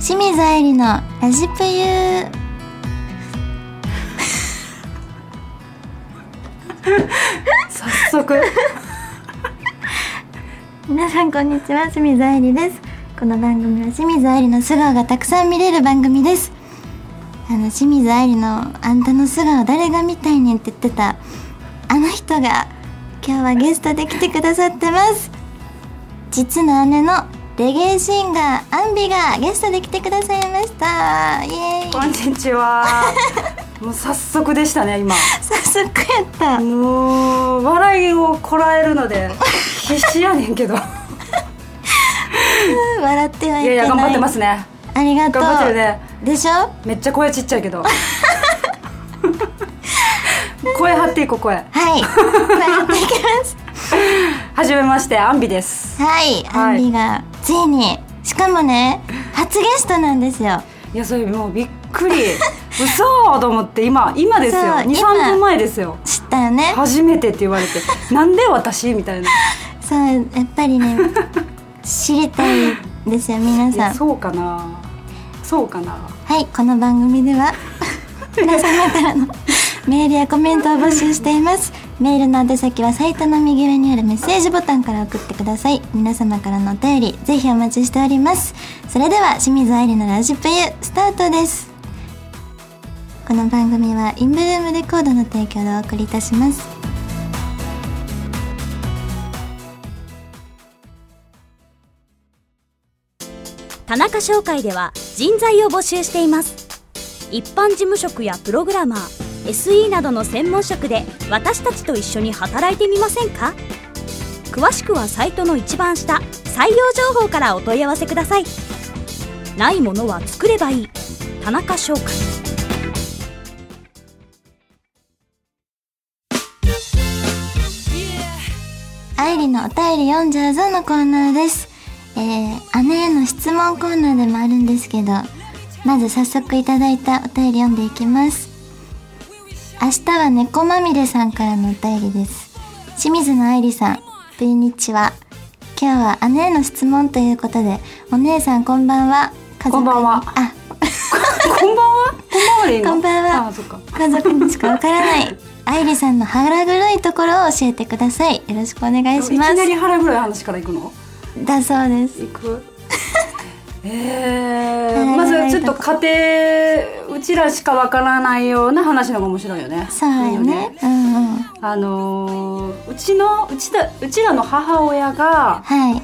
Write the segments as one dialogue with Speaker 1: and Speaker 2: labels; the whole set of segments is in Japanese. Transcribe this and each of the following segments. Speaker 1: 清水愛理のラジプユー
Speaker 2: 早速
Speaker 1: 皆さんこんにちは清水愛理ですこの番組は清水愛理の素顔がたくさん見れる番組ですあの清水愛理の「あんたの素顔誰が見たいねん」って言ってたあの人が今日はゲストで来てくださってます実の姉のレゲエシンガーアンビがゲストで来てくださいましたイエーイ
Speaker 2: こんにちはもう早速でしたね今
Speaker 1: 早速やった
Speaker 2: もう笑いをこらえるので必死やねん けどい
Speaker 1: 笑ってはいけない
Speaker 2: やいや頑張ってますね
Speaker 1: ありがとう
Speaker 2: 頑張ってるね
Speaker 1: でしょ
Speaker 2: めっちゃ声ちっちゃいけ ど声張っていこう声
Speaker 1: はいこう やっていきます
Speaker 2: はじめましてアンビです
Speaker 1: はい、
Speaker 2: はい
Speaker 1: アンビがついにしかも ね初ゲストなんですよ
Speaker 2: いやそれもうびっくり嘘と思って今今ですよ
Speaker 1: そう
Speaker 2: 23
Speaker 1: 今
Speaker 2: 分前ですよ
Speaker 1: 知ったよね
Speaker 2: 初めてって言われてなんで私みた いな
Speaker 1: そうやっぱり ね知りたいですよ皆
Speaker 2: い
Speaker 1: さ
Speaker 2: や
Speaker 1: ん
Speaker 2: そうかなそうかな
Speaker 1: はいこの番組では皆様からのメールやコメントを募集していますメールの宛先はサイトの右上にあるメッセージボタンから送ってください皆様からのお便りぜひお待ちしておりますそれでは清水愛理のラジプユスタートですこの番組はインブルームレコードの提供でお送りいたします
Speaker 3: 田中商会では人材を募集しています一般事務職やプログラマー SE などの専門職で私たちと一緒に働いてみませんか詳しくはサイトの一番下採用情報からお問い合わせくださいないものは作ればいい田中商会
Speaker 1: 愛理のお便り読んじゃうぞのコーナーです。えー、姉への質問コーナーでもあるんですけど、まず早速いただいたお便り読んでいきます。明日は猫まみれさんからのお便りです。清水の愛理さん、こんにちは。今日は姉への質問ということで、お姉さんこんばんは。家族に
Speaker 2: こんばんは
Speaker 1: あ、
Speaker 2: こんばんは。こんばんはでいいの。
Speaker 1: こんばんは
Speaker 2: あ、そっか。
Speaker 1: 家族にしかわからない。愛理さんの腹黒いところを教えてください。よろしくお願い
Speaker 2: い
Speaker 1: し
Speaker 2: き
Speaker 1: ま
Speaker 2: な
Speaker 1: す。
Speaker 2: り腹黒い話から行くの。
Speaker 1: だそうです。
Speaker 2: 行く。え
Speaker 1: は
Speaker 2: え
Speaker 1: い
Speaker 2: まずちょっと家庭うちらしかわからないような話の方が面白いよね。
Speaker 1: そうよね。。うんうん。
Speaker 2: あのーうちのうちだうちらの母親が
Speaker 1: はい。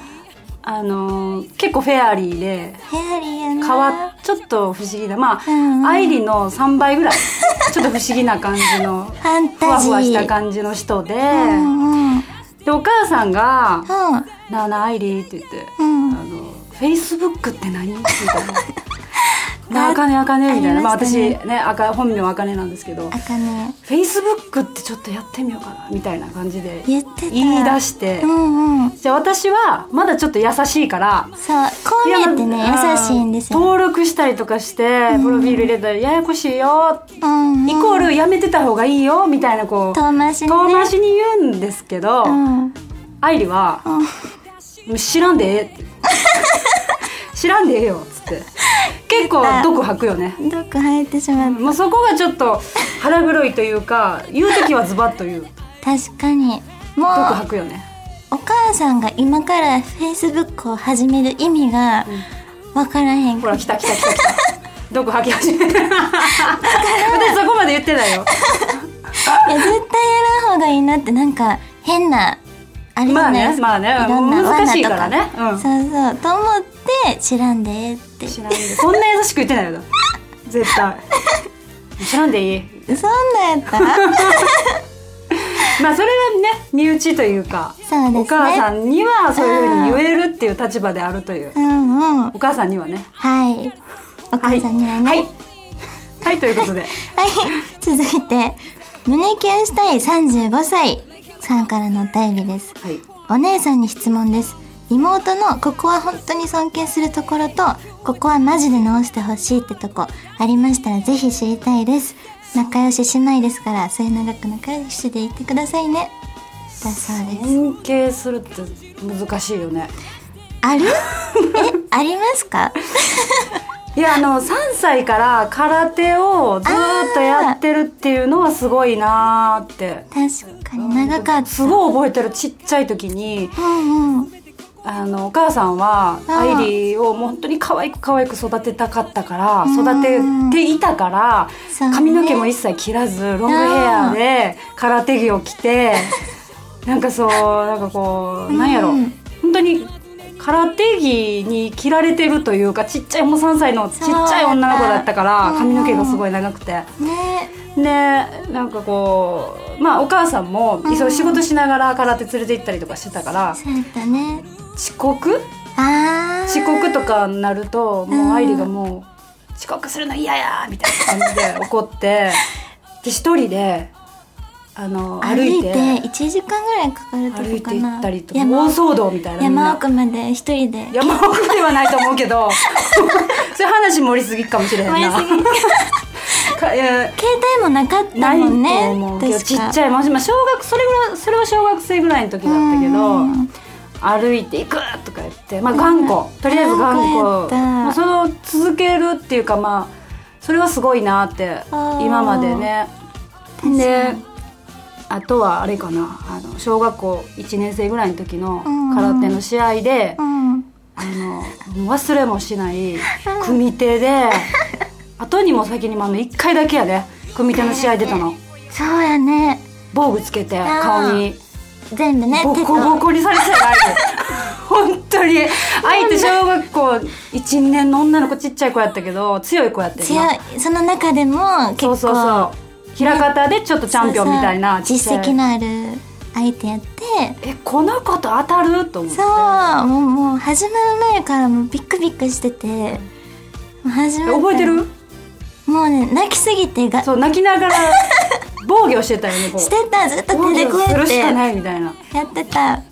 Speaker 2: あのー結構フェアリーで
Speaker 1: ヘアリーやな。
Speaker 2: 変わちょっと不思議なまあ、
Speaker 1: うんうん
Speaker 2: アイリの3倍ぐらいちょっと不思議な感じ の
Speaker 1: ファン
Speaker 2: ふわ
Speaker 1: タジー。
Speaker 2: ふわした感じの人で、
Speaker 1: うんうん。うん。
Speaker 2: でお母さんが「なあなあアイリー」って言って「
Speaker 1: うん
Speaker 2: あのフェイスブックって何?」みたい な「なあかねあかね」みたいなまあ
Speaker 1: ありまし
Speaker 2: 私
Speaker 1: たね
Speaker 2: ねあか本名あかねなんですけど
Speaker 1: あかね。
Speaker 2: 「フェイスブックってちょっとやってみようかな」みたいな感じで
Speaker 1: 言ってた。
Speaker 2: 言い出して、
Speaker 1: うんうん。
Speaker 2: じゃあ私はまだちょっと優しいから。
Speaker 1: そう。こう見えてね、
Speaker 2: いやまあ
Speaker 1: 優しいんですよ。
Speaker 2: 登録したりとかしてプロフィール入れたらややこしいよ、
Speaker 1: うんうん。
Speaker 2: イコールやめてた方がいいよみたいなこう
Speaker 1: 遠回しにね。
Speaker 2: 遠回しに言うんですけど、
Speaker 1: うん。
Speaker 2: 愛理は
Speaker 1: ん
Speaker 2: 「もう知らんでええ」って「知らんでええよ」っつって結構毒吐くよね
Speaker 1: 毒生えてしまう。
Speaker 2: もうそこがちょっと腹黒いというか言う時はズバッと言う
Speaker 1: 確かに。も
Speaker 2: 毒
Speaker 1: う
Speaker 2: 吐、くよね
Speaker 1: お母さんが今からフェイスブックを始める意味が、わからへん
Speaker 2: ほら来た来た来た来た毒吐き始める私そこまで言ってないよ
Speaker 1: いや絶対やらん方がいいなってなんか変なあれじゃないですか、
Speaker 2: まあねまあね
Speaker 1: いろんな
Speaker 2: 難しい
Speaker 1: 罠と
Speaker 2: からねうん
Speaker 1: そうそうと思って知らんでええって
Speaker 2: 知らんでそんな優しく言ってないよ絶対知らんでいい
Speaker 1: そんなんやった ら
Speaker 2: まあそれはね身内というか
Speaker 1: そうですね
Speaker 2: お母さんにはそういうふうに言えるっていう立場であるという
Speaker 1: うんうん
Speaker 2: お母さんにはね
Speaker 1: はいお母さんにはね
Speaker 2: はいはいということで
Speaker 1: はい、続いて胸キュンしたい35歳さんからのお便りです
Speaker 2: はい
Speaker 1: お姉さんに質問です妹のここは本当に尊敬するところとここはマジで直してほしいってとこありましたらぜひ知りたいです仲良し姉妹ですから末永く仲良しでいてくださいねだそうです
Speaker 2: 尊敬するって難しいよね
Speaker 1: あるえありますか
Speaker 2: いやあの3歳から空手をずーっとやってるっていうのはすごいなーって
Speaker 1: 確かに長かった
Speaker 2: すごい覚えてるちっちゃい時に
Speaker 1: うんうん
Speaker 2: あのお母さんは
Speaker 1: あ
Speaker 2: アイリーをもう本当に可愛く可愛く育てたかったから
Speaker 1: うん
Speaker 2: 育てていたから
Speaker 1: そうね
Speaker 2: 髪の毛も一切切らずロングヘアで空手着を着 てなんかそうなんかこうなんやろ
Speaker 1: うん
Speaker 2: 本当に空手着に着られてるというかちっちゃいもう3歳のちっちゃい女の子だったから
Speaker 1: そう
Speaker 2: 髪
Speaker 1: だった
Speaker 2: の毛がすごい長くて。
Speaker 1: ね
Speaker 2: でなんかこうまあお母さんも
Speaker 1: うん
Speaker 2: そう仕事しながら空手連れて行ったりとかしてたから
Speaker 1: そうやったね
Speaker 2: 遅刻
Speaker 1: ああ
Speaker 2: 遅刻とかになると
Speaker 1: う
Speaker 2: も
Speaker 1: ん
Speaker 2: う愛理がもう遅刻するの嫌やみたいな感じで怒 ってで一人であの歩
Speaker 1: 歩い
Speaker 2: い
Speaker 1: て
Speaker 2: て
Speaker 1: 1時間ぐらいかかると
Speaker 2: 歩
Speaker 1: こ
Speaker 2: い
Speaker 1: か
Speaker 2: て
Speaker 1: な
Speaker 2: 行ったりとか
Speaker 1: 山
Speaker 2: 大
Speaker 1: 奥
Speaker 2: 騒動みたいなみん
Speaker 1: 山
Speaker 2: な
Speaker 1: 奥まで一人で
Speaker 2: 山奥ではないと思う けどそういう話盛りすぎかもしれへんな
Speaker 1: 盛りすぎ
Speaker 2: かいや
Speaker 1: 携帯もなかった
Speaker 2: ない
Speaker 1: も
Speaker 2: と
Speaker 1: んね
Speaker 2: 思うけ
Speaker 1: 確
Speaker 2: ど
Speaker 1: か
Speaker 2: ちっちゃいまあまあ小学それぐらいそれは小学生ぐらいの時だったけ
Speaker 1: う
Speaker 2: ど
Speaker 1: ん
Speaker 2: 歩いていくとか言ってまあ頑固とりあえず
Speaker 1: 頑
Speaker 2: 頑
Speaker 1: 固やった
Speaker 2: 固まあその続けるっていうかまあそれはすごいなって
Speaker 1: あー
Speaker 2: 今までね
Speaker 1: 確かに
Speaker 2: であとはあれかなあの小学校1年生ぐらいの時の
Speaker 1: うん
Speaker 2: 空手の試合で、
Speaker 1: うん
Speaker 2: あの忘れもしない組手で後にも先にもあの1回だけやね組手の試合出たの
Speaker 1: そうやね
Speaker 2: 防具つけて
Speaker 1: ー
Speaker 2: 顔に
Speaker 1: 全部ね
Speaker 2: ボ
Speaker 1: 手
Speaker 2: コボ
Speaker 1: と
Speaker 2: コにされてたよ 相手本当に相手小学校12年の女の子ちっちゃい子やったけど強い子やって
Speaker 1: 強いその中でも結構
Speaker 2: そうそうそう平方でちょっとチャンピオンみたいな
Speaker 1: そうそう
Speaker 2: ちっちゃ
Speaker 1: 実
Speaker 2: い
Speaker 1: 績のある相手やって
Speaker 2: えこの子と当たると思って
Speaker 1: そうもうもう始まる前からもうビックビックしててもう始ま
Speaker 2: え
Speaker 1: った
Speaker 2: 覚えてる
Speaker 1: もうね泣きすぎてが
Speaker 2: そう泣 きながら防御してたよねこう
Speaker 1: してたずっと
Speaker 2: 防
Speaker 1: 手でこ
Speaker 2: 御
Speaker 1: う
Speaker 2: す
Speaker 1: や
Speaker 2: る
Speaker 1: っ
Speaker 2: してか
Speaker 1: や
Speaker 2: ないみたいな
Speaker 1: ってた
Speaker 2: も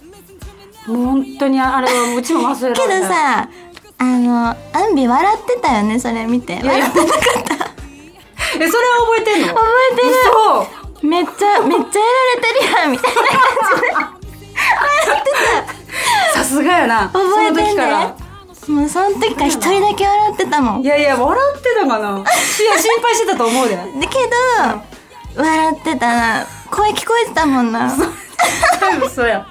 Speaker 2: う本当にあれはうちも忘れ
Speaker 1: け
Speaker 2: られ
Speaker 1: ど
Speaker 2: ない
Speaker 1: さあのアンビ笑ってたよねそれ見て
Speaker 2: いやい
Speaker 1: 笑
Speaker 2: や
Speaker 1: ってなか
Speaker 2: えそれは覚えてんの
Speaker 1: 覚えてる
Speaker 2: そう
Speaker 1: めっちゃめっちゃやられてるやんみ たいな
Speaker 2: さすがやな
Speaker 1: 覚えてんね
Speaker 2: その時から
Speaker 1: もうその時から一人だけ笑ってたもん
Speaker 2: い
Speaker 1: だ
Speaker 2: やいや笑ってたかないや心配してたと思うで
Speaker 1: けど笑ってたな声聞こえてたもんな
Speaker 2: 嘘や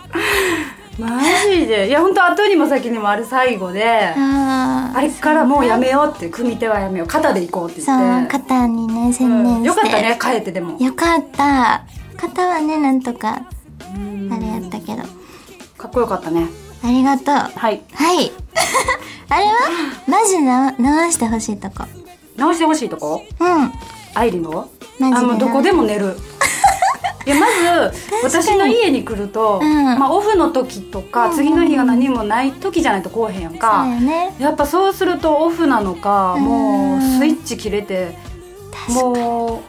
Speaker 2: マジでいや本当後にも先にもあれ最後で
Speaker 1: あー
Speaker 2: あれからもうやめようって組み手はやめよう肩で行こうって
Speaker 1: そう
Speaker 2: 言って
Speaker 1: 肩にね専
Speaker 2: うん
Speaker 1: 念して、
Speaker 2: よかったね帰ってでも
Speaker 1: よかった肩はねなんとか
Speaker 2: うん
Speaker 1: あれやったけど
Speaker 2: かっこよかったね
Speaker 1: ありがとう
Speaker 2: はい
Speaker 1: はい あれはマジな直してほしいとこ
Speaker 2: 直してほしいとこ
Speaker 1: うん
Speaker 2: 愛理の
Speaker 1: マジで
Speaker 2: あもうどこでも 寝るいやまず私の家に来ると、
Speaker 1: うん
Speaker 2: まあ、オフの時とか、次の日が何もない時じゃないとこうへんやん
Speaker 1: そ
Speaker 2: か
Speaker 1: うよね
Speaker 2: やっぱそうするとオフなのか
Speaker 1: うん
Speaker 2: もうスイッチ切れても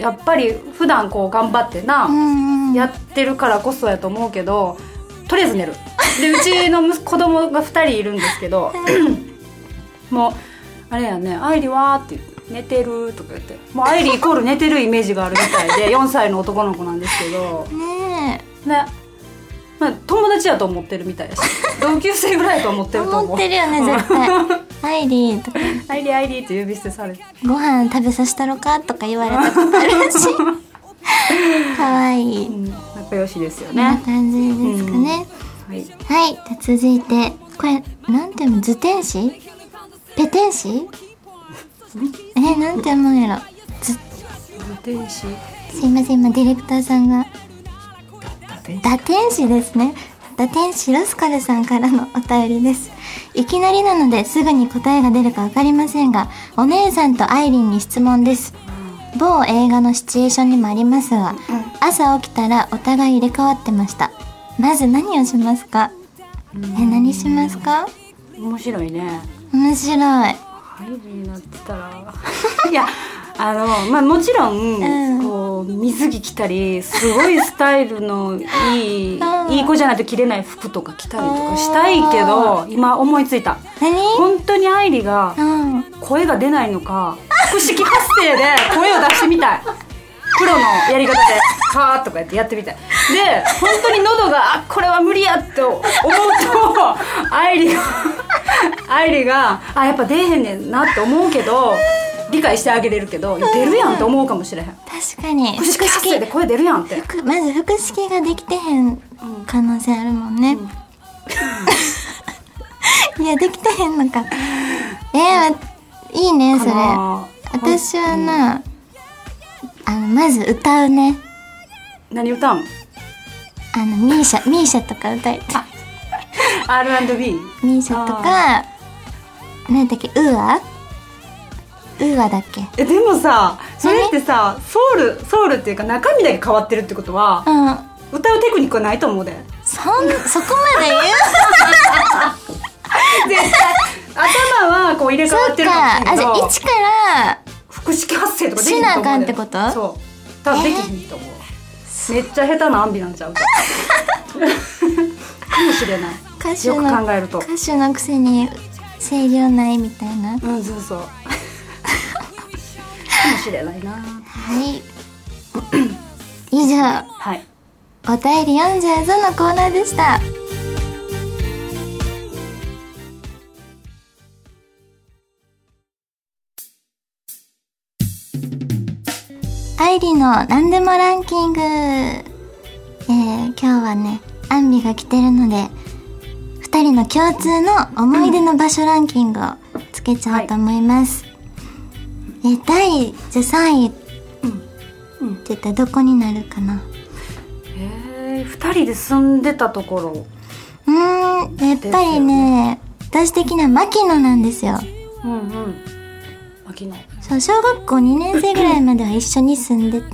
Speaker 2: うやっぱり普段こう頑張って
Speaker 1: う
Speaker 2: な、
Speaker 1: んうん
Speaker 2: やってるからこそやと思うけどとりあえず寝るでうちの息子子供が2人いるんです けど もうあれやね「愛理は?」って言って。寝てるとか言ってもう愛理イコール寝てるイメージがあるみ たいで4歳の男の子なんですけど
Speaker 1: ね
Speaker 2: ね、まあ、友達やと思ってるみたいだし同級生ぐらいやと思って
Speaker 1: え
Speaker 2: ると思う
Speaker 1: 思ってるよね絶対アイリーとか
Speaker 2: アイリーアイリーって呼び捨てされて
Speaker 1: ご飯食べさせたろかとか言われたことある し可愛いい
Speaker 2: 仲良しですよ
Speaker 1: こんな
Speaker 2: ね。
Speaker 1: 感じですかね、
Speaker 2: はい。
Speaker 1: はいじゃあ続いてこれなんていうの図天使ペテン 師えなんて思うやろず
Speaker 2: 天使。
Speaker 1: すいません今ディレクターさんが
Speaker 2: 天使。
Speaker 1: 打天使ですね打天使ラスカルさんからのお便りですいきなりなのですぐに答えが出るかわかりませんがお姉さんとアイリンに質問です某映画のシチュエーションにもありますが朝起きたらお互い入れ替わってましたまず何をしますかえ何しますか
Speaker 2: 面白いね。
Speaker 1: 面白い
Speaker 2: アイリーなってたら。 いや。あのまあ、もちろ
Speaker 1: う
Speaker 2: ん、
Speaker 1: ん
Speaker 2: こう水着着たりすごいスタイルの いい
Speaker 1: うん
Speaker 2: いい子じゃないと着れない服とか着たりとかしたいけど今思いついた
Speaker 1: 何
Speaker 2: 本当に愛理が
Speaker 1: うん
Speaker 2: 声が出ないのか腹式発声で声を出してみたいプロのやり方で「はー」とかやってやってみたいで本当に喉があ「これは無理や」って思うと愛理が愛梨があやっぱ出えへんねんなって思うけど理解してあげれるけどいや出るやんって思うかもしれへん
Speaker 1: 確かに
Speaker 2: 腹式発声で声出るやんって
Speaker 1: 腹まず腹式ができてへん可能性あるもんね、 いやできてへんのかえー、いいねそれ
Speaker 2: かな
Speaker 1: 私はな、あのまず歌うね
Speaker 2: 何歌うん
Speaker 1: あのミー シャミーシャとか歌いたい
Speaker 2: R&B
Speaker 1: ミーシャとか何だっけウーアウーアだっけ
Speaker 2: えでもさそれってさソウルソウルっていうか中身だけ変わってるってことは
Speaker 1: うん
Speaker 2: 歌うテクニックはないと思うで
Speaker 1: そ んそこまで言う
Speaker 2: 絶対頭はこう入れ替わ
Speaker 1: そ
Speaker 2: っ
Speaker 1: って
Speaker 2: るかも
Speaker 1: か
Speaker 2: しれん
Speaker 1: あじ
Speaker 2: け
Speaker 1: ゃ
Speaker 2: ど
Speaker 1: あ一から
Speaker 2: 腹式発声とかでき
Speaker 1: し
Speaker 2: ん
Speaker 1: な
Speaker 2: と思
Speaker 1: あか
Speaker 2: う
Speaker 1: ん
Speaker 2: で
Speaker 1: ってこと
Speaker 2: そう多分できひんと思う、めっちゃ下手なアンビなんちゃうかかもしれない
Speaker 1: 歌手
Speaker 2: よ
Speaker 1: の
Speaker 2: く考えると
Speaker 1: 歌手のくせに声量ないみたいなは
Speaker 2: うんそ うそうかもしれないない
Speaker 1: 以上
Speaker 2: はい
Speaker 1: お便り読んじゃうぞのコーナーでしたアイリの何でもランキング、えー、今日はねアンビが来てるので二人の共通の思い出の場所ランキングをつけちゃおうと思います、えー第じゃあ3位って
Speaker 2: うんうん
Speaker 1: 言ったらどこになるかな
Speaker 2: えー、2人で住んでたところ
Speaker 1: うーん、やっぱりね、私的な牧野なんですよ。
Speaker 2: うんうん牧野
Speaker 1: そう、小学校2年生ぐらいまでは一緒に住んでて、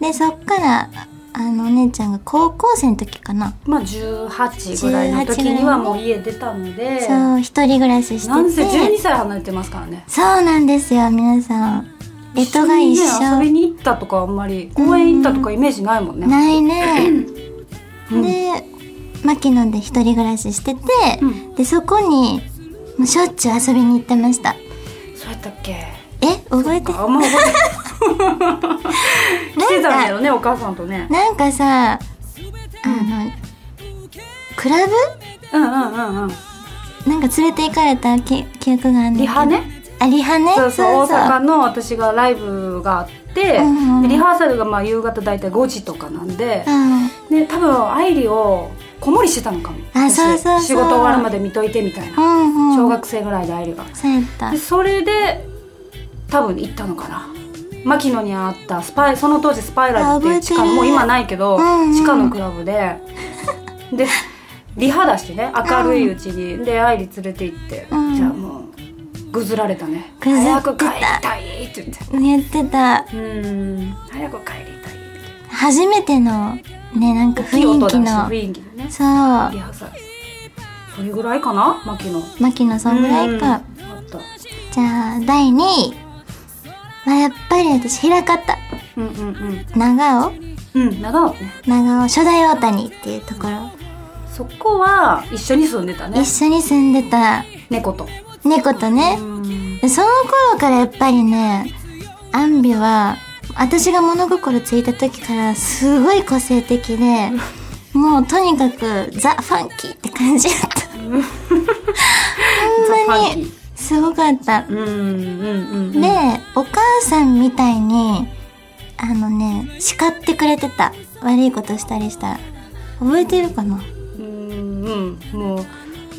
Speaker 1: で、そっから、あの、お姉ちゃんが高校生の時かな。
Speaker 2: まあ18ぐらいの時にはもう家出たので
Speaker 1: そう、一人暮らししてて。
Speaker 2: なんせ12歳離れてますからね
Speaker 1: そうなんですよ、皆さん。レトが一
Speaker 2: 一緒にね遊び
Speaker 1: 緒。
Speaker 2: に行ったとかあんまり公園行ったとかイメージないもんね
Speaker 1: ないね。
Speaker 2: うん
Speaker 1: で、牧野で一人暮らししてて、
Speaker 2: うん
Speaker 1: で、そこに、もうしょっちゅう遊びに行ってました。
Speaker 2: そうやったっけ
Speaker 1: え、覚えて
Speaker 2: あんま覚 えて来てたんだよねお母さんとね
Speaker 1: なんかさ、あの、クラブ
Speaker 2: うんうんうんうん
Speaker 1: なんか連れて行かれた記記憶があるんだけど
Speaker 2: リハね
Speaker 1: あ、リハね。
Speaker 2: そうそう
Speaker 1: そう
Speaker 2: 大阪の私がライブがあって、
Speaker 1: うんうん
Speaker 2: でリハーサルがまあ夕方大体5時とかなんで
Speaker 1: う、ん。
Speaker 2: で多分愛梨を子守りしてたのかも
Speaker 1: あ
Speaker 2: 私
Speaker 1: そうそうそう
Speaker 2: 仕事終わるまで見といてみたい
Speaker 1: う
Speaker 2: な、
Speaker 1: んうん。
Speaker 2: 小学生ぐらいで愛梨が
Speaker 1: そうやった
Speaker 2: で。それで多分行ったのかな牧野にあったスパイその当時スパイラルっていう地
Speaker 1: あ覚え
Speaker 2: 下
Speaker 1: てる
Speaker 2: もう今ないけど、
Speaker 1: うんうん
Speaker 2: 地下のクラブででリハだしね明るいうちに、で愛梨連れて行って、
Speaker 1: うん
Speaker 2: じゃあもうぐずられたね
Speaker 1: ぐずってた
Speaker 2: 早く帰りたいって言って
Speaker 1: やってた。
Speaker 2: うん早く帰りたいって
Speaker 1: 初めての、ね、なんか
Speaker 2: 大
Speaker 1: 雰
Speaker 2: きい音
Speaker 1: 囲
Speaker 2: だし
Speaker 1: 気の。
Speaker 2: 雰囲気のね
Speaker 1: そ
Speaker 2: リハーサルそれぐらいかな牧野
Speaker 1: う。牧野そんぐらいか。
Speaker 2: うんあった
Speaker 1: じゃあ、第2位。まあ、やっぱり私、平方。
Speaker 2: うんうん
Speaker 1: 長尾
Speaker 2: うんうん長野ね
Speaker 1: 長尾、初代大谷っていうところ。
Speaker 2: そこは一緒に住んでたね
Speaker 1: 一緒に住んでた
Speaker 2: 猫と
Speaker 1: 猫とね。
Speaker 2: うん
Speaker 1: でその頃からやっぱりねアンビは私が物心ついた時からすごい個性的 でもうとにかくザ・ファンキーって感じだったほんま
Speaker 2: ザファン
Speaker 1: にすごかったで
Speaker 2: うんうんうんうん
Speaker 1: お母さんみたいにあのね叱ってくれてた悪いことしたりしたら覚えてるかな
Speaker 2: うんうんもう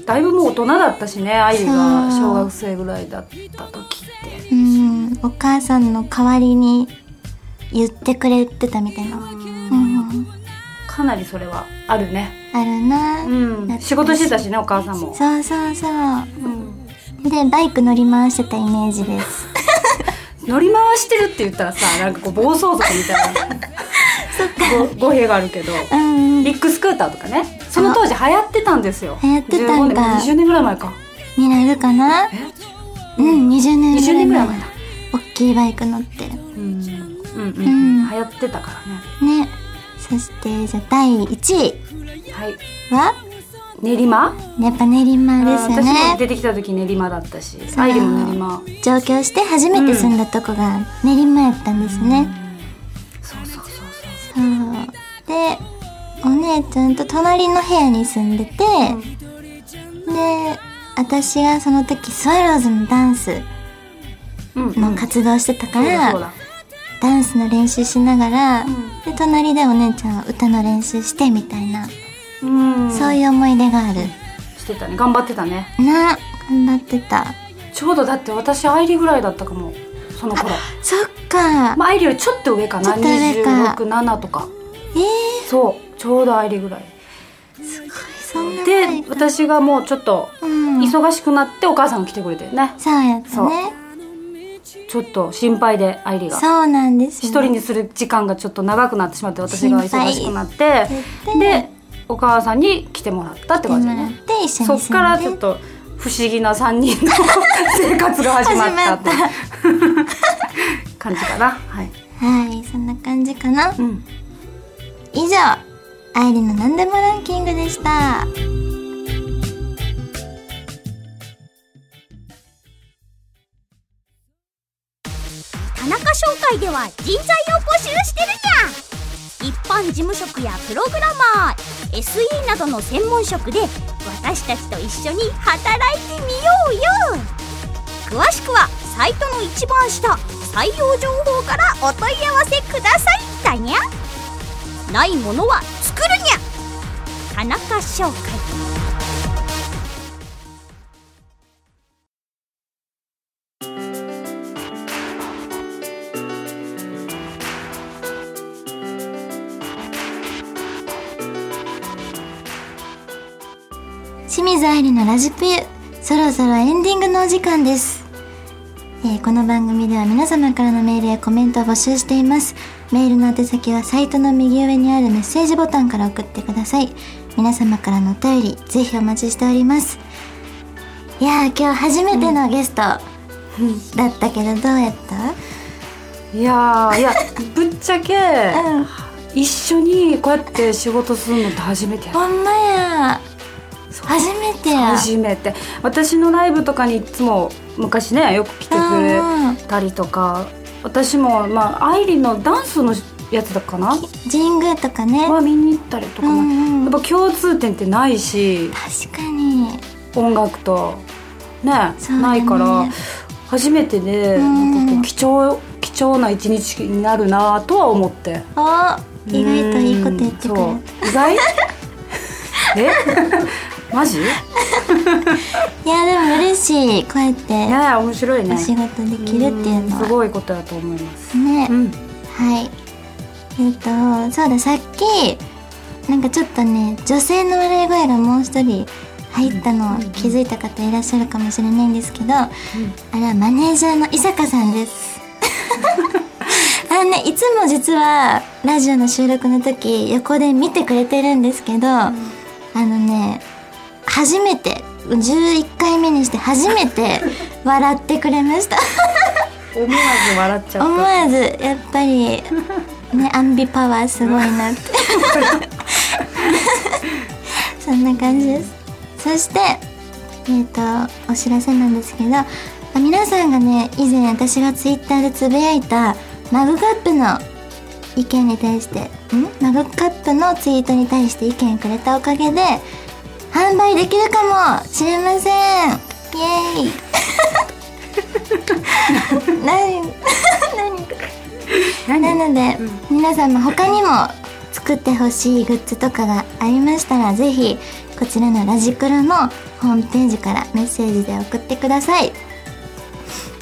Speaker 2: だいぶもう大人だったしね愛梨が
Speaker 1: そう
Speaker 2: 小学生ぐらいだった時って
Speaker 1: うんお母さんの代わりに言ってくれてたみたいなうんうん
Speaker 2: かなりそれはあるね
Speaker 1: あるな
Speaker 2: うん仕事してたしねお母さんも
Speaker 1: そうそうそう
Speaker 2: うん
Speaker 1: でバイク乗り回してたイメージです
Speaker 2: 乗り回してるって言ったらさなんかこう暴走族みたい なご語弊があるけど
Speaker 1: うん
Speaker 2: ビッグスクーターとかねその当時流行ってたんですよ
Speaker 1: 流行ってたんだ
Speaker 2: 15年20年ぐらい前か
Speaker 1: になるかなうん20年
Speaker 2: 20年ぐらい
Speaker 1: 前
Speaker 2: 前だ
Speaker 1: 大きいバイク乗ってる
Speaker 2: うんうんう
Speaker 1: う
Speaker 2: ん、
Speaker 1: ん
Speaker 2: 流行ってたから
Speaker 1: ねそしてじゃあ第1位
Speaker 2: ねはい
Speaker 1: は
Speaker 2: 練馬
Speaker 1: やっぱ練馬で
Speaker 2: あー
Speaker 1: す
Speaker 2: 私も
Speaker 1: ね
Speaker 2: 出てきた時練馬だったし
Speaker 1: そう
Speaker 2: 愛梨も練馬
Speaker 1: 上京して初めて住んだとこが練馬やったんですね、
Speaker 2: そうそうそうそ
Speaker 1: そうでお姉ちゃんと隣の部屋に住んでて、で私がその時スワローズのダンス
Speaker 2: うんうん
Speaker 1: の活動してたか
Speaker 2: そうだ
Speaker 1: ら、
Speaker 2: そうだ
Speaker 1: ダンスの練習しながら、
Speaker 2: ん
Speaker 1: で隣でお姉ちゃんは歌の練習してみたいな、
Speaker 2: うん
Speaker 1: そういう思い出がある
Speaker 2: してたね頑張ってたね
Speaker 1: な頑張ってた
Speaker 2: ちょうどだって私愛梨ぐらいだったかもその頃
Speaker 1: そっか、
Speaker 2: まあ愛梨よりちょっと上か
Speaker 1: ちょ
Speaker 2: な
Speaker 1: っと上か
Speaker 2: 267とか
Speaker 1: えー、
Speaker 2: そうちょうど愛梨ぐらい
Speaker 1: そんな
Speaker 2: で
Speaker 1: 回が
Speaker 2: 私がもうちょっと
Speaker 1: うん
Speaker 2: 忙しくなってお母さんが来てくれてね
Speaker 1: そうやったね
Speaker 2: ちょっと心配で愛梨
Speaker 1: そう
Speaker 2: が
Speaker 1: なんです
Speaker 2: 一
Speaker 1: よ
Speaker 2: 人にする時間がちょっと長くなってしまって私が忙しくなって
Speaker 1: 心配
Speaker 2: でお母さんに来てもらったっ
Speaker 1: 来て
Speaker 2: て感
Speaker 1: も
Speaker 2: じだ
Speaker 1: らっ
Speaker 2: ね
Speaker 1: て一緒に住ん
Speaker 2: そ
Speaker 1: で
Speaker 2: っからちょっと不思議な3人の生活が始まっ たって
Speaker 1: 始まっ
Speaker 2: 感じかなはい、
Speaker 1: はいそんな感じかな
Speaker 2: うん、
Speaker 1: 以上愛理の何でもランキングでした
Speaker 3: 田中商会では人材を募集してるにゃ一般事務職やプログラマー SE などの専門職で私たちと一緒に働いてみようよ詳しくはサイトの一番下採用情報からお問い合わせくださいだにゃないものは作るにゃ田中商会
Speaker 1: 清水愛理のラジピューそろそろエンディングのお時間です、えーこの番組では皆様からのメールやコメントを募集していますメールの宛先はサイトの右上にあるメッセージボタンから送ってください皆様からのお便りぜひお待ちしておりますいやー今日初めてのゲストだったけどどうやった、
Speaker 2: いやーいやぶっちゃけ、
Speaker 1: うん
Speaker 2: 一緒にこうやって仕事するのって初めてや
Speaker 1: ほんまや初めてや
Speaker 2: 初めて私のライブとかにいつも昔ねよく来てくれたりとか私もまあ愛梨のダンスのやつだかな
Speaker 1: 神宮とかね
Speaker 2: は見に行ったりとかも、
Speaker 1: うんうん
Speaker 2: やっぱ共通点ってないし
Speaker 1: 確かに
Speaker 2: 音楽とね
Speaker 1: そうだね
Speaker 2: ないから初めてで、
Speaker 1: うん
Speaker 2: なんかこう貴重貴重な一日になるなとは思って
Speaker 1: お意外といいこと言ってくれ
Speaker 2: うんそう意外 えマジね
Speaker 1: いやでも嬉しいこうやって
Speaker 2: 面白いね
Speaker 1: お仕事できるっていうの
Speaker 2: んす
Speaker 1: は
Speaker 2: ごいことだと思います
Speaker 1: ね
Speaker 2: うん
Speaker 1: はいえっとそうださっきなんかちょっとね女性の笑い声がもう一人入ったのを気づいた方いらっしゃるかもしれないんですけど、あれはマネージャーの伊坂さん です。あのね、いつも実はラジオの収録の時横で見てくれてるんですけど、あのね初めて11回目にして初めて笑ってくれました。
Speaker 2: 思わず笑っち
Speaker 1: 思
Speaker 2: ゃっ
Speaker 1: わずやっぱ りねアンビパワーすごいなってそんな感じですそしてえっ、とお知らせなんですけどあ皆さんがね以前私がツイッターでつぶやいたマグカップの意見に対してんマグカップのツイートに対して意見くれたおかげで販売できるかもしれませんイエーイ 何何こ
Speaker 2: た
Speaker 1: れ
Speaker 2: 何
Speaker 1: なので、皆様他にも作ってほしいグッズとかがありましたらぜひこちらのラジクロのホームページからメッセージで送ってください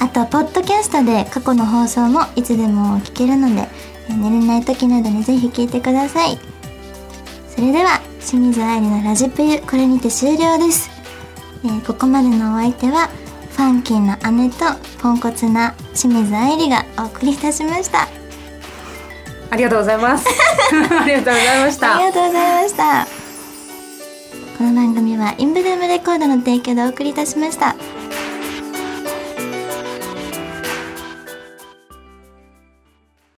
Speaker 1: あとポッドキャストで過去の放送もいつでも聞けるのでえー寝れない時などにぜひ聞いてくださいそれでは清水愛理のラジプユこれにて終了です、えーここまでのお相手はファンキーな姉とポンコツな清水愛理がお送りいたしました
Speaker 2: ありがとうございます ありがとうございました
Speaker 1: ありがとうございましたこの番組はインブルームレコードの提供でお送りいたしました